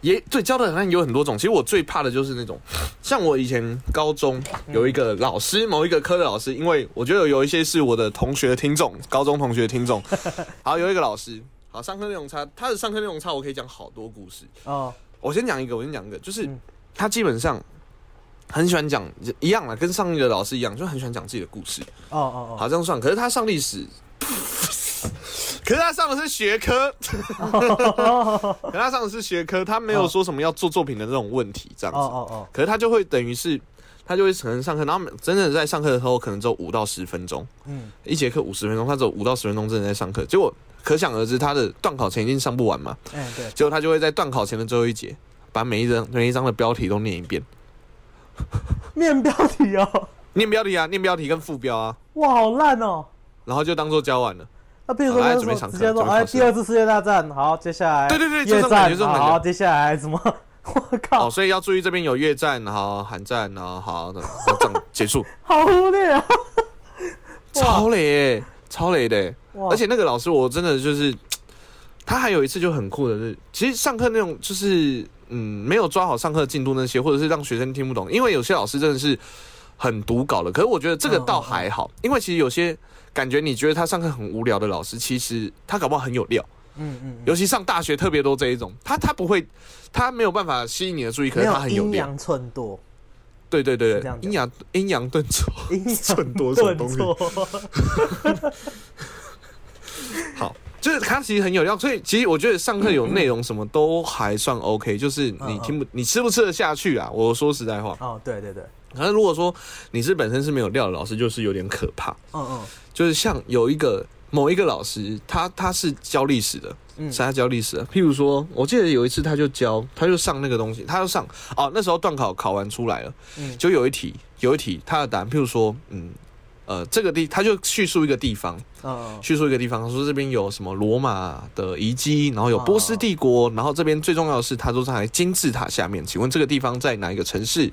也对，教的很烂有很多种。其实我最怕的就是那种，像我以前高中有一个老师，某一个科的老师，因为我觉得有一些是我的同学听众，高中同学听众。好，有一个老师，好，上课内容差，他的上课内容差，我可以讲好多故事。哦，我先讲一个，我先讲一个，就是嗯他基本上很喜欢讲一样啊，跟上一个老师一样，就很喜欢讲自己的故事。哦哦好，这样算。可是他上历史， 可是他上的是学科，哦，可是他上的是学科，他没有说什么要做作品的那种问题，这哦样子。哦哦，可是他就会等于是，他就会可能上课，然后真的在上课的时候，可能只有五到十分钟，嗯，一节课五十分钟，他只有五到十分钟真的在上课，结果可想而知，他的段考前一定上不完嘛，哎对，结果他就会在段考前的最后一节，把每一张每一张的标题都念一遍，面标题哦，念标题啊，念标题跟副标啊，哇，好烂哦。然后就当做教完了。那比如说好来那准备时上候课直接说，准备考试哎，第二次世界大战，好，接下来对对对就这越种感觉战就，这种感觉好，接下来什么？我哦，靠，所以要注意这边有越战，好韩战，然后好，然后这样结束，好忽略啊！超累耶，超累的耶。哇而且那个老师，我真的就是，他还有一次就很酷的是，其实上课那种就是，嗯，没有抓好上课进度那些，或者是让学生听不懂，因为有些老师真的是很读稿的。可是我觉得这个嗯嗯倒还好，因为其实有些感觉你觉得他上课很无聊的老师，其实他搞不好很有料，嗯嗯，尤其上大学特别多这一种，他他不会，他没有办法吸引你的注意，可没是他有很有阴料。阳 寸舵，对对对是这对样，阴讲阳阴阳顿挫， 阴阳寸多什么顿东西？挫。好，就是它其实很有料，所以其实我觉得上课有内容什么都还算 OK，就是你嗯听不你吃不吃得下去啊？我说实在话，哦，对对对，可是如果说你是本身是没有料的老师，就是有点可怕。嗯嗯就是像有一个某一个老师，他他是教历史的，嗯是他教历史的。譬如说，我记得有一次他就教，他就上那个东西，他就上哦，那时候段考考完出来了，嗯就有一题有一题他的答案，譬如说，嗯，呃，这个地他就叙述一个地方，嗯，叙述一个地方，说这边有什么罗马的遗迹，然后有波斯帝国，然后这边最重要的是，他都在金字塔下面。请问这个地方在哪一个城嗯市？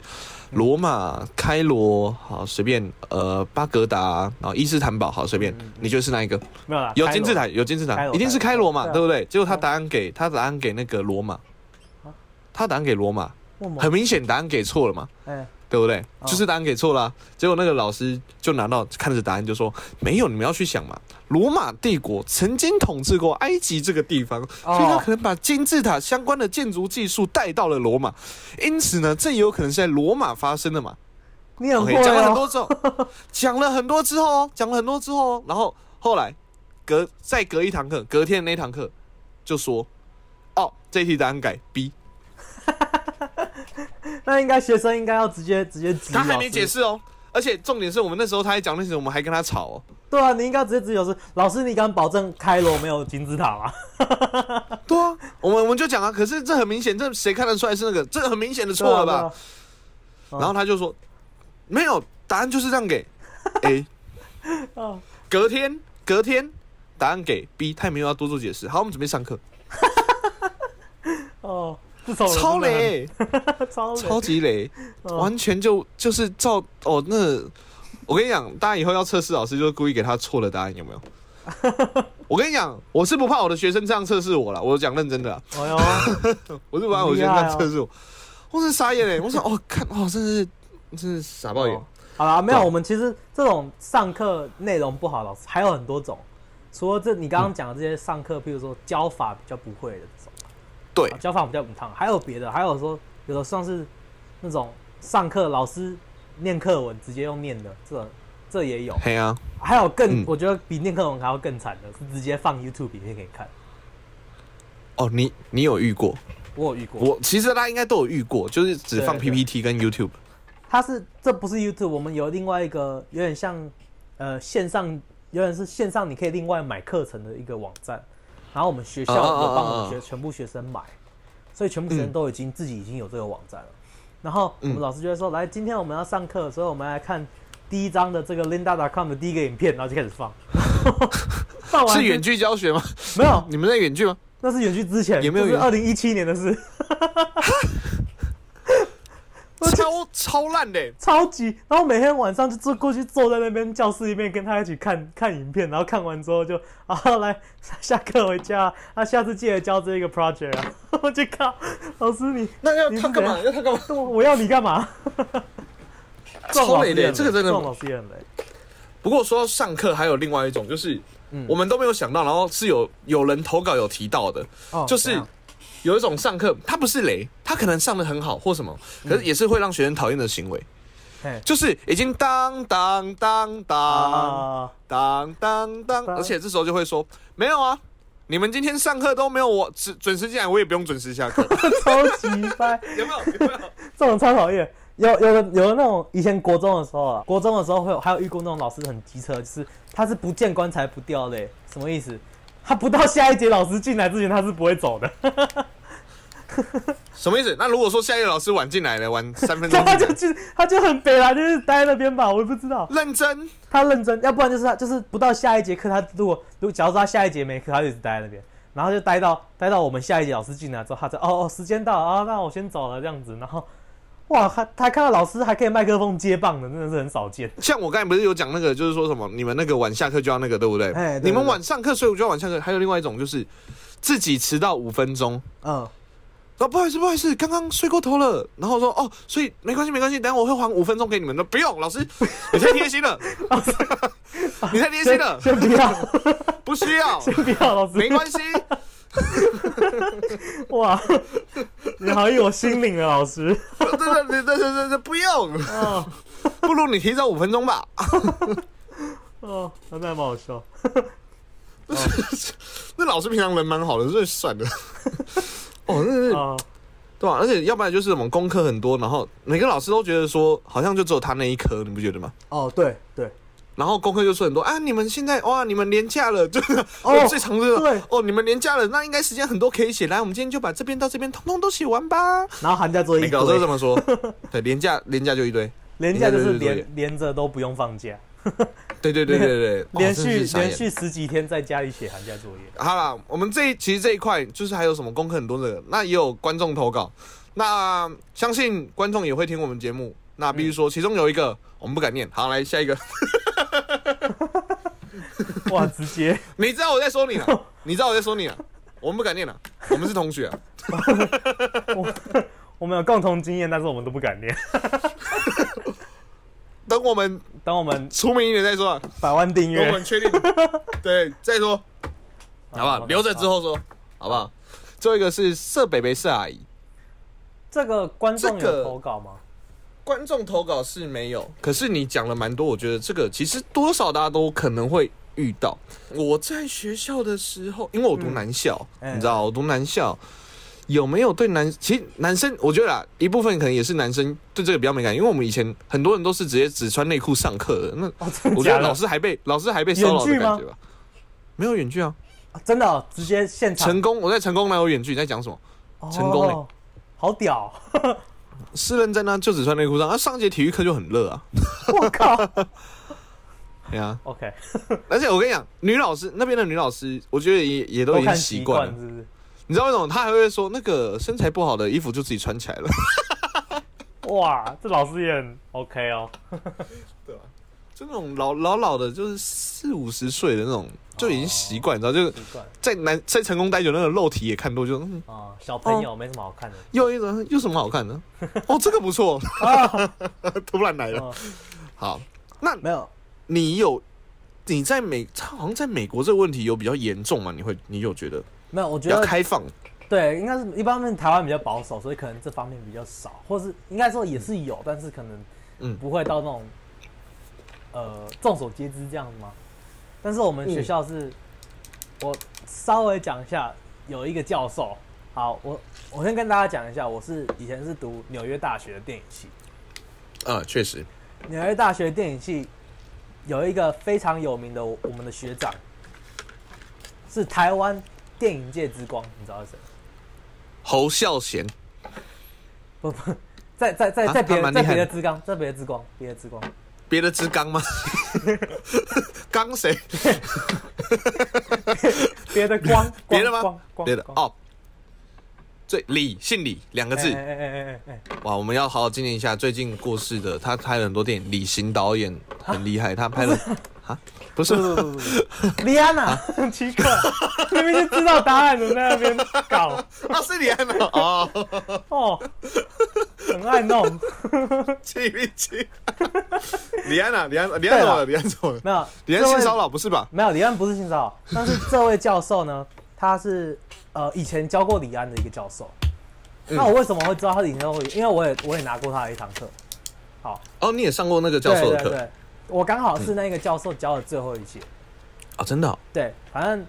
罗马、开罗，好随便，呃，巴格达，然后伊斯坦堡，好随便，你觉得是哪一个？没有啦，有嗯开金字罗塔，有金字开塔，罗一定是开罗嘛，开罗嗯对不对？结果他答案给他答案给那个罗马，他答案给罗马，为什么很明显答案给错了嘛。哎，对不对？哦就是答案给错了啊、结果那个老师就拿到看着答案就说：“没有，你们要去想嘛，罗马帝国曾经统治过埃及这个地方，所以他可能把金字塔相关的建筑技术带到了罗马，因此呢，这也有可能是在罗马发生的嘛。你很会 OK，讲了很哦，多之后，讲了很多之后哦，讲了很多之后哦，然后后来隔再隔一堂课，隔天的那一堂课就说：哦，这一题答案改 B。”那应该学生应该要直接直接质疑他还老没师解释哦。而且重点是我们那时候他还讲那些，我们还跟他吵哦。对啊，你应该直接质疑老师，老师你敢保证开罗没有金字塔吗？对啊，我们我们就讲啊，可是这很明显，这谁看得出来是那个？这很明显的错了对啊吧？？对啊然后他就说没有，答案就是这样 给 A。对啊隔天隔天答案给 B，他也没有要多做解释。好，我们准备上课，哦，这种人超真的啊很，雷，超雷， 超级雷，嗯完全就就是照哦那。我跟你讲，大家以后要测试老师，就故意给他错的答案，有 没有？我跟你讲，我是不怕我的学生这样测试我了，我讲认真的啦。啊哎呦，我就把我先看测试哦我，我是傻眼嘞！我说哦，看哦，真的是真的是傻爆眼。哦好啦，没有，对我们其实这种上课内容不好，老师还有很多种，除了这你刚刚讲的这些上课，譬如说教法比较不会的这种，对啊，教法比较母汤，还有别的，还有说有的像是那种上课老师念课文直接用念的，这这也有，嘿啊，还有更、嗯我觉得比念课文还要更惨的是直接放 YouTube 影片给你看，哦，你你有遇过？我有遇过，我其实大家应该都有遇过，就是只放对对 PPT 跟 YouTube。它是这不是 YouTube，我们有另外一个有点像呃线上，有点是线上你可以另外买课程的一个网站，然后我们学校啊啊啊有帮我啊们学全部学生买，所以全部学生嗯都已经自己已经有这个网站了。然后我们嗯老师就会说，来，今天我们要上课，所以我们来看第一章的这个 Linda.com 的第一个影片，然后就开 始放，放完是就远距教学吗？ 没有，你们在远距吗？那是远距之前，有没有这是远二零一七年的事，超超烂的，欸超级。然后每天晚上就坐过去坐在那边教室里面跟他一起看看影片，然后看完之后就 啊来下下课回家，啊下次记得交这个 project 啊。 我就靠，老师你那要你是他干嘛？谁要他干 嘛？我我要你干嘛？这 种超老累师也的，欸很这个真这种的。老师也很累。不过说到上课，还有另外一种，就是嗯我们都没有想到，然后是有有人投稿有提到的，哦就是有一种上课，他不是雷，他可能上的很好或什么，嗯可是也是会让学生讨厌的行为嘿。就是已经当当当当啊， 当当当，当而且这时候就会说没有啊，你们今天上课都没有我准准时进来，我也不用准时下课，超级掰。 有没有？有没有？这种超讨厌。有有的有的那种以前国中的时候啊，国中的时候会有还有遇过那种老师很机车，就是他是不见棺材不掉泪，什么意思？他不到下一节老师进来之前，他是不会走的，什么意思？那如果说下一个老师晚进来了，晚三分所 钟以他进就来，去，他就很北啦，就是待在那边吧，我也不知道。认真他认真，要不然就是他就是不到下一节课，他如果如果假如说他下一节没课，他就一直待在那边，然后就待到待到我们下一节老师进来之后，他才哦哦时间到了啊，那我先走了这样子，然后哇，他他看到老师还可以麦克风接棒的，真的是很少见。像我刚才不是有讲那个，就是说什么你们那个晚下课就要那个，对不对？哎对你们对对晚上课，所以我就要晚上课。还有另外一种就是自己迟到五分钟，嗯，啊，不好意思，不好意思，刚刚睡过头了。然后说哦，所以没关系，没关系，等一下我会还五分钟给你们的。不用，老师，你太贴心了，你太贴心了，先不要，不需要，先不要，老没师。关系。哇，你好有心灵的啊老师。对对对对对对，不用，哦不如你提早五分钟吧。哦，那还蛮好笑。那老师平常人蛮好的，所以算了。哦，那是哦，对吧、而且要不然就是我们功课很多，然后每个老师都觉得说，好像就只有他那一科，你不觉得吗？哦，对对，然后功课就说很多啊，你们现在哇，你们年假了， 就是哦最常就是对哦，你们年假了，那应该时间很多可以写，来，我们今天就把这边到这边通通都写完吧。然后寒假作业每一 个老师都堆这，么说，对，年假年假就一堆，连假就连假就是是作业连连着都不用放假。对对对对对，哦连真的续是傻眼连续十几天在家里写寒假作业。好啦，我们这一其实这一块就是还有什么功课很多的，那也有观众投稿，那相信观众也会听我们节目。嗯那必须说，其中有一个我们不敢念。好，来下一个， 哇，直 接你知道我在说你 了，你知道我在说你了，我们不敢念了，我们是同学啊、我们有共同经验，但是我们都不敢念。等我们等我们出名一点再说、啊，百万订等我阅，们确 定，对，再说，好不好？留着之后说，好不好？最后一个是色北北是阿姨，这个观众这个有投稿吗？观众投稿是没有，可是你讲了蛮多，我觉得这个其实多少大家都可能会遇到。我在学校的时候，因为我读男校，嗯你知道，我读男校有没有对男？其实男生我觉得啦，一部分可能也是男生对这个比较敏感，因为我们以前很多人都是直接只穿内裤上课的。那哦，真的我觉假得的？老师还被老师还被骚扰的远距吗感觉吧？没有远距啊，啊真的哦、直接现场成功我在成功哪有远距？你在讲什么？成功哦，好屌！是认真啊，就只穿内裤上。啊，上节体育课就很热啊， 我 靠对啊。 ，OK，而且我跟你讲，女老师那边的女老师，我觉得也也都已经看习习惯惯了。是不是？你知道为什么？她还会说那个身材不好的衣服就自己穿起来了，哇，这老师也很 OK 哦，对吧、就那种老老老的，就是四五十岁的那种，就已经习惯，你知道？就是习惯在 南在成功待久，那个肉体也看多，就嗯，啊，小朋友没什么好看的。又一种有什么好看 的？哦，这个不错， 突然来了。嗯好，那没有，你有你在美，好像在美国这个问题有比较严重吗？你会你有觉得没有，我觉比较得开放？对，应该是一般台湾比较保守，所以可能这方面比较少，或是应该说也是有，但是可能嗯不会到那种、呃众所皆知这样吗？但是我们学校是，我稍微讲一下，有一个教授，好，我我先跟大家讲一下，我是以前是读纽约大学的电影系，啊，确实，纽约大学电影系有一个非常有名的我我们的学长，是台湾电影界之光，你知道是谁？侯孝贤。不不，在在在啊在别他的蛮在厉害别的的之光，在别的之光，别的之光，别的之刚 吗？刚谁？别的光， 别的吗光光别的光哦。最李姓李两个字哎哎哎哎哎哎，哇，我们要好好纪念一下最近过世的，他拍了很多电影，李行导演很厉害，他拍 了啊，不是不 不不不不，哎李安娜，很 奇怪，明明就知道答案的在那边搞啊是李安娜哦， 哦，很爱弄。气一气， 李安啊娜，李安李安怎么了？李安怎么了？没有， 李安这位性骚扰不是吧？没有，李安不是性骚扰，但是这位教授呢，他是呃以前教过李安的一个教授。嗯那我为什么会知道他以前教过李？因为我也我也拿过他的一堂课。好，哦，你也上过那个教授的对对课对，我刚好是那个教授教的最后一节。啊，真的哦对，反正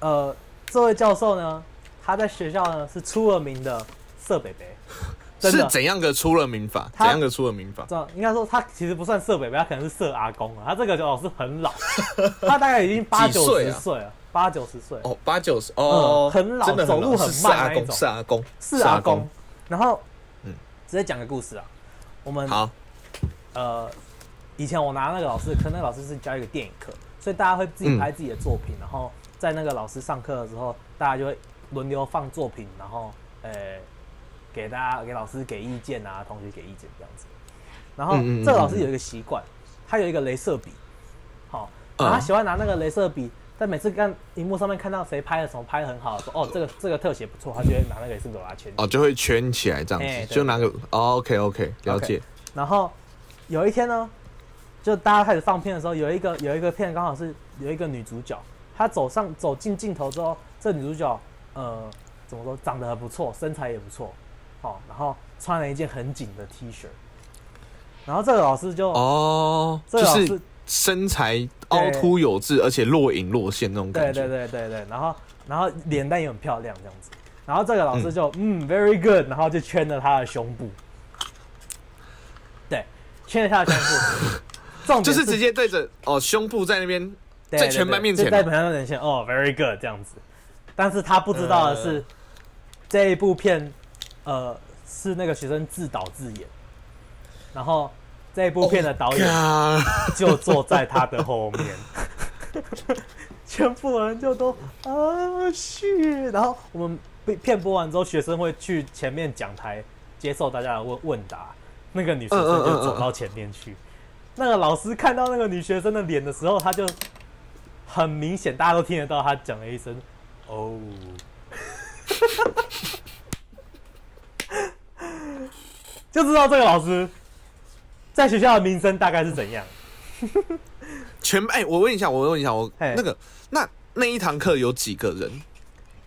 呃，这位教授呢，他在学校呢是出了名的色北北，真是的。怎样个出了民法？他怎样个出了民法？这样应该说他其实不算色北北，他可能是色阿公啊。他这个老师很老， 他大概已经八几九岁十啊岁了，八九十岁。哦，八九十哦，嗯很老真的走路很是慢阿那一公，种是阿公，是阿公。然后，嗯直接讲个故事啊。我们好，呃，以前我拿那个老师的课，那个老师是教一个电影课，所以大家会自己嗯拍自己的作品，然后在那个老师上课的时候，大家就会轮流放作品，然后呃，给大家给老师给意见啊，同学给意见这样子。然后嗯嗯嗯这个老师有一个习惯，他有一个镭射笔，好、嗯然后他喜欢拿那个镭射笔，但每次看荧幕上面看到谁拍的什么拍的很好，说哦这个这个特写不错，他就会拿那个镭射笔把它圈起来哦，就会圈起来这样子，哎对就拿个、哦、OK OK，了解。然后有一天呢，就大家开始放片的时候，有一个有一个片刚好是有一个女主角，她走上走进镜头之后，这女主角呃怎么说，长得很不错，身材也不错，哦，然后穿了一件很紧的 T 恤，然后这个老师就、哦，这就个老师是身材凹凸有致，而且若隐若现那种对感觉。对对对对，然后然后脸蛋也很漂亮这样子，然后这个老师就嗯 very good，然后就圈了她的胸部，对，圈了她的胸部， 重就点是直接对着哦胸部在那边，对在对全对班面前就在全班面前哦，very good 这样子。但是他不知道呃的是，这一部片，呃，是那个学生自导自演，然后这部片的导演啊， 就坐在他的后面， 全部人就都啊去，然后我们被片播完之后，学生会去前面讲台接受大家的问问答，那个女学生就走到前面去，那个老师看到那个女学生的脸的时候，他就很明显，大家都听得到他讲了一声“哦”， 就知道这个老师在学校的名声大概是怎样。 全哎、我问一下，我问一下，我嘿那个那那一堂课有几个人？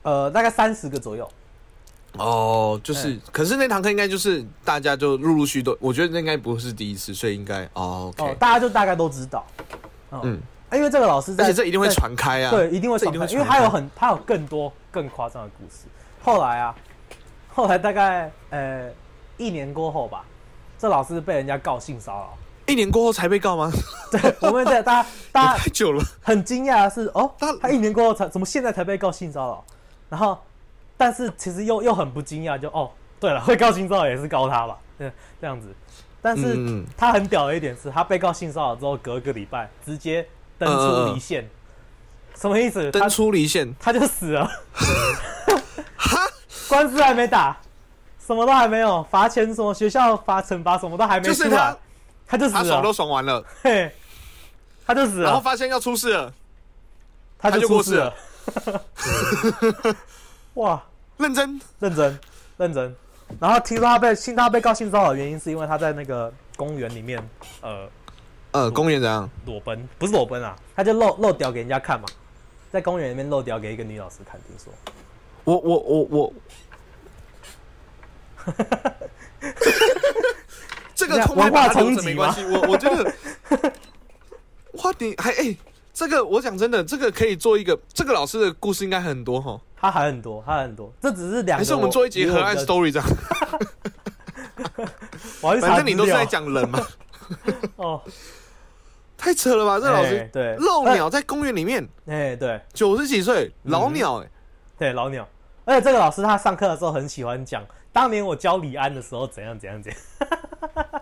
呃，大概三十个左右。哦，就是，可是那堂课应该就是大家就陆陆续续都，我觉得那应该不是第一次，所以应该哦哦 OK，，大家就大概都知道。嗯嗯，啊因为这个老师在，而且这一定会在，传开啊，对，一定会这一传定会传开，啊因为他有开很他有更多更夸张的故事。后来啊， 后来大概呃一年过后吧，这老师被人家告性骚扰。 一年过后才被告吗？对，我们在大家大家 太久了，很惊讶的是，哦他，他一年过后才怎么现在才被告性骚扰？然后，但是其实又又很不惊讶，就哦，对了，会 告性骚扰也是告他吧，对，这样子。但嗯是他很屌的一点是，他被告性骚扰之后，隔一个礼拜直接登出离线，什么意思？嗯登他出离线，他就死了， 哈，官司还没打，什么都还没有，罚钱什么学校罚惩罚什么都还没就是出他来，他就死他爽都了，爽完了，嘿，他就死然后了，发现要出事了，他他就出过事世了， 哇！认真认真，认真。然后听说他被听他被告性骚扰的原因是因为他在那个公园里面，呃，呃，公园怎样？裸奔，不是裸奔啊，他就露露屌给人家看嘛，在公园里面露屌给一个女老师看，听说。我我我 我，这个从来文化把它留着冲没击关吗系，我我觉得， 哇，你还哎、这个我讲真的，这个可以做一个，这个老师的故事应该很多哈，他还很多，他很多，这只是两个。还是哎我们做一集河岸 story 这样，我要去查反正你资都是料在讲人嘛，哦。太扯了吧，这老师哎对漏鸟在公园里面哎，对九十几岁嗯老鸟哎、对，老鸟。而且这个老师他上课的时候很喜欢讲，当年我教李安的时候怎样怎样怎样。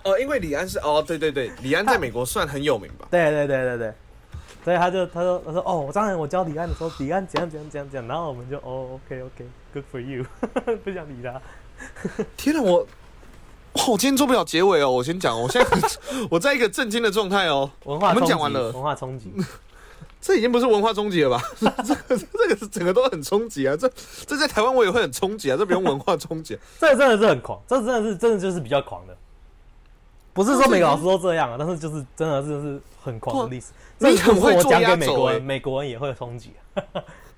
呃，因为李安是哦，对对对，李安在美国算很有名吧，对对对对对，所以他就他说他说哦，我当然我教李安的时候，李安怎样怎样怎样怎样，然后我们就哦，OK OK，good、for you，不 想理他。天哪，我，哇，我今天做不了结尾哦，我先讲哦，我现 在我在一个震惊的状态哦，文我化冲们击，讲完了文化冲击，这已经不是文化冲击了吧？ 这个这个是整个都很冲击啊！这这在台湾我也会很冲击啊！这不用文化冲 击、这个真的是很狂，这个真的是真的就是比较狂的，不是说每个老师都这样啊，但是就是真的真的是很狂的历史。哇这你个很故会事我做讲压给美轴国欸人，美国人也会冲击啊，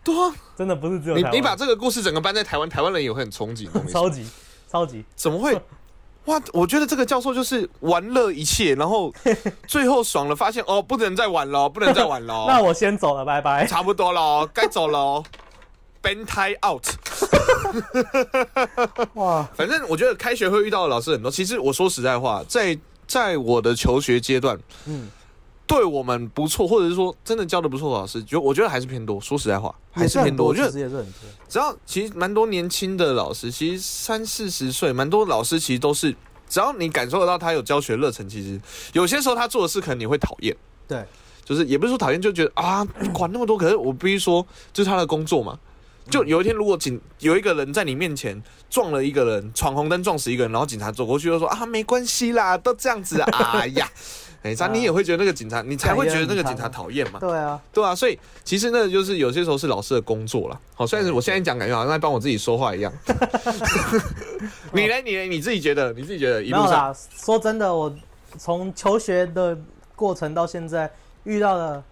对啊，真的不是只有台湾，你你把这个故事整个搬在台湾，台湾人也会很冲击，你懂我意思吗超级超级怎么会？哇！我觉得这个教授就是玩乐一切，然 后最后爽了，发现哦，不能再玩了，不能再玩 那了，我先走了，拜拜。差不多了，该走了哦。Ben tie out。哇，反正我觉得开学会遇到的老师很多。其实我说实在话，在在我的求学阶段，嗯，对我们不错，或者是说真的教的不错的老师，就我觉得还是偏多。说实在话，还是也偏很多。我其觉实得也是很多。只要其实蛮多年轻的老师，其实三四十岁，蛮多老师其实都是，只要你感受得到他有教学热忱，其实有些时候他做的事可能你会讨厌，对，就是也不是说讨厌，就觉得啊管那么多。可是我必须说，这、是他的工作嘛。就有一天，如果警有一个人在你面前撞了一个人，闯红灯撞死一个人，然后警察走过去就说啊没关系啦，都这样子啊，哎呀，哎，这样你也会觉得那个警察，你才会觉得那个警察讨厌嘛。对啊，对啊，所以其实那个就是有些时候是老师的工作啦。好，虽然我现在讲感觉好像在帮我自己说话 一样。你来，你来，你自己觉得，你自己觉得一没有路上啦，说真的，我从求学的过程到现在遇到的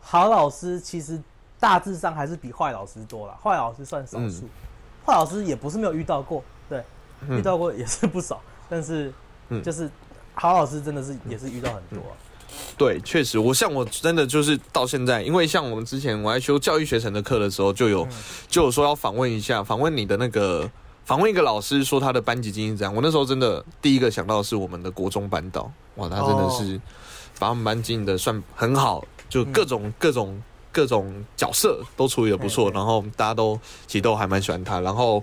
好老师，其实大致上还是比坏老师多啦。坏老师算少数，坏、老师也不是没有遇到过，对，嗯遇到过也是不少，但是嗯就是好老师真的是也是遇到很多 啊、对，确实，我像我真的就是到现在，因为像我们之前我在修教育学程的课的时候，就有就有说要访问一下，访问你的那个访问一个老师，说他的班级经营怎样。我那时候真的第一个想到的是我们的国中班导，哇，他真的是把我们班经营的算很好，就各种、各种各种角色都处理的不错，嘿嘿然后大家都其实都还蛮喜欢他，然后。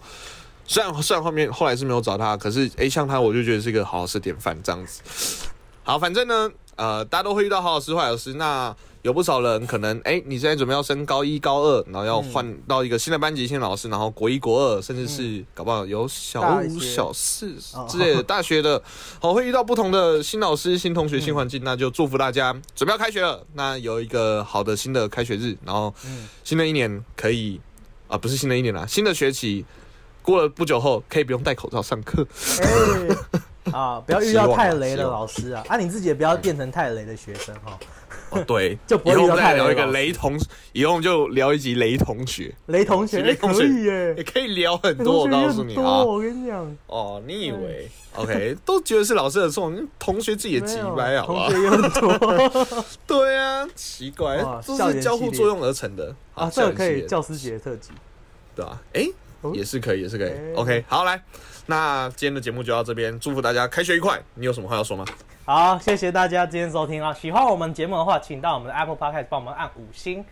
虽然虽然后面后来是没有找他，可是诶，像他我就觉得是一个好老师典范这样子。好，反正呢，呃，大家都会遇到好老师、坏老师。那有不少人可能，哎、你现在准备要升高一、高二，然后要换到一个新的班级、新的老师，然后国一、国二，甚至是、搞不好有小大五、学小四哦之类的、大学的，好，会遇到不同的新老师、新同学、新环境。那就祝福大家准备要开学了，那有一个好的新的开学日，然后嗯新的一年可以啊、不是新的一年啦，新的学期过了不久后可以不用戴口罩上课。哎啊，不要遇到太雷希的望啊老师啊！啊，你自己也不要变成太雷的学生哈。哦，对， 就不以会后遇我到们再太雷聊一个老师雷同，以后我们就聊一集雷同学，雷同学，雷哎同可学以耶也，可以聊很雷多。我同学告诉很你多啊，我跟你讲，哦，你以为 OK 都觉得是老师的错，同学自己也没急有啊掰啊好不好同？学也很多对啊，奇怪哇，校都园是交系互列作用而成的啊，这个可以叫教师节特辑。对吧？哎哦，也是可以，也是可以哎。 OK，好来，那今天的节目就到这边，祝福大家开学愉快。你有什么话要说吗？好，谢谢大家今天收听啊！喜欢我们节目的话，请到我们的 Apple Podcast 帮我们按五星；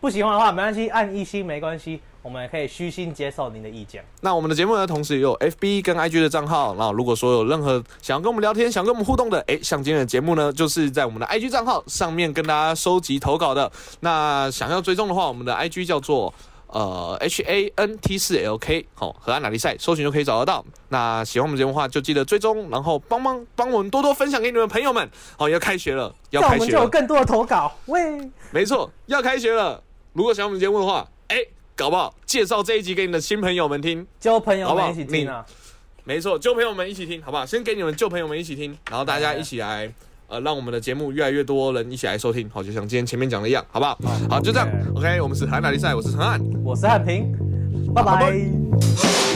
不喜欢的话，没关系，按一星没关系，我们也可以虚心接受您的意见。那我们的节目呢，同时也有 FB 跟 IG 的账号。那如果说有任何想要跟我们聊天、想跟我们互动的，哎、像今天的节目呢，就是在我们的 IG 账号上面跟大家收集投稿的。那想要追踪的话，我们的 IG 叫做呃 H A N T 四 L K，好、河岸哪里赛，搜寻就可以找得到。那喜欢我们节目的话，就记得追踪，然后帮忙帮我们多多分享给你们朋友们。好、要开学了，要那我开们学就有了，更多的投稿喂！没错，要开学了。如果喜欢我们节目的话，哎、搞不好介绍这一集给你的新朋友们听。交朋友们一起听啊！没错，旧朋友们一起听，好不好？先给你们旧朋友们一起听，然后大家一起来，呃，让我们的节目越来越多人一起来收听。好，就像今天前面讲的一样，好不好？好，就这样。OK，我们是韩大力赛，我是陈汉。我是汉平，拜好拜拜拜。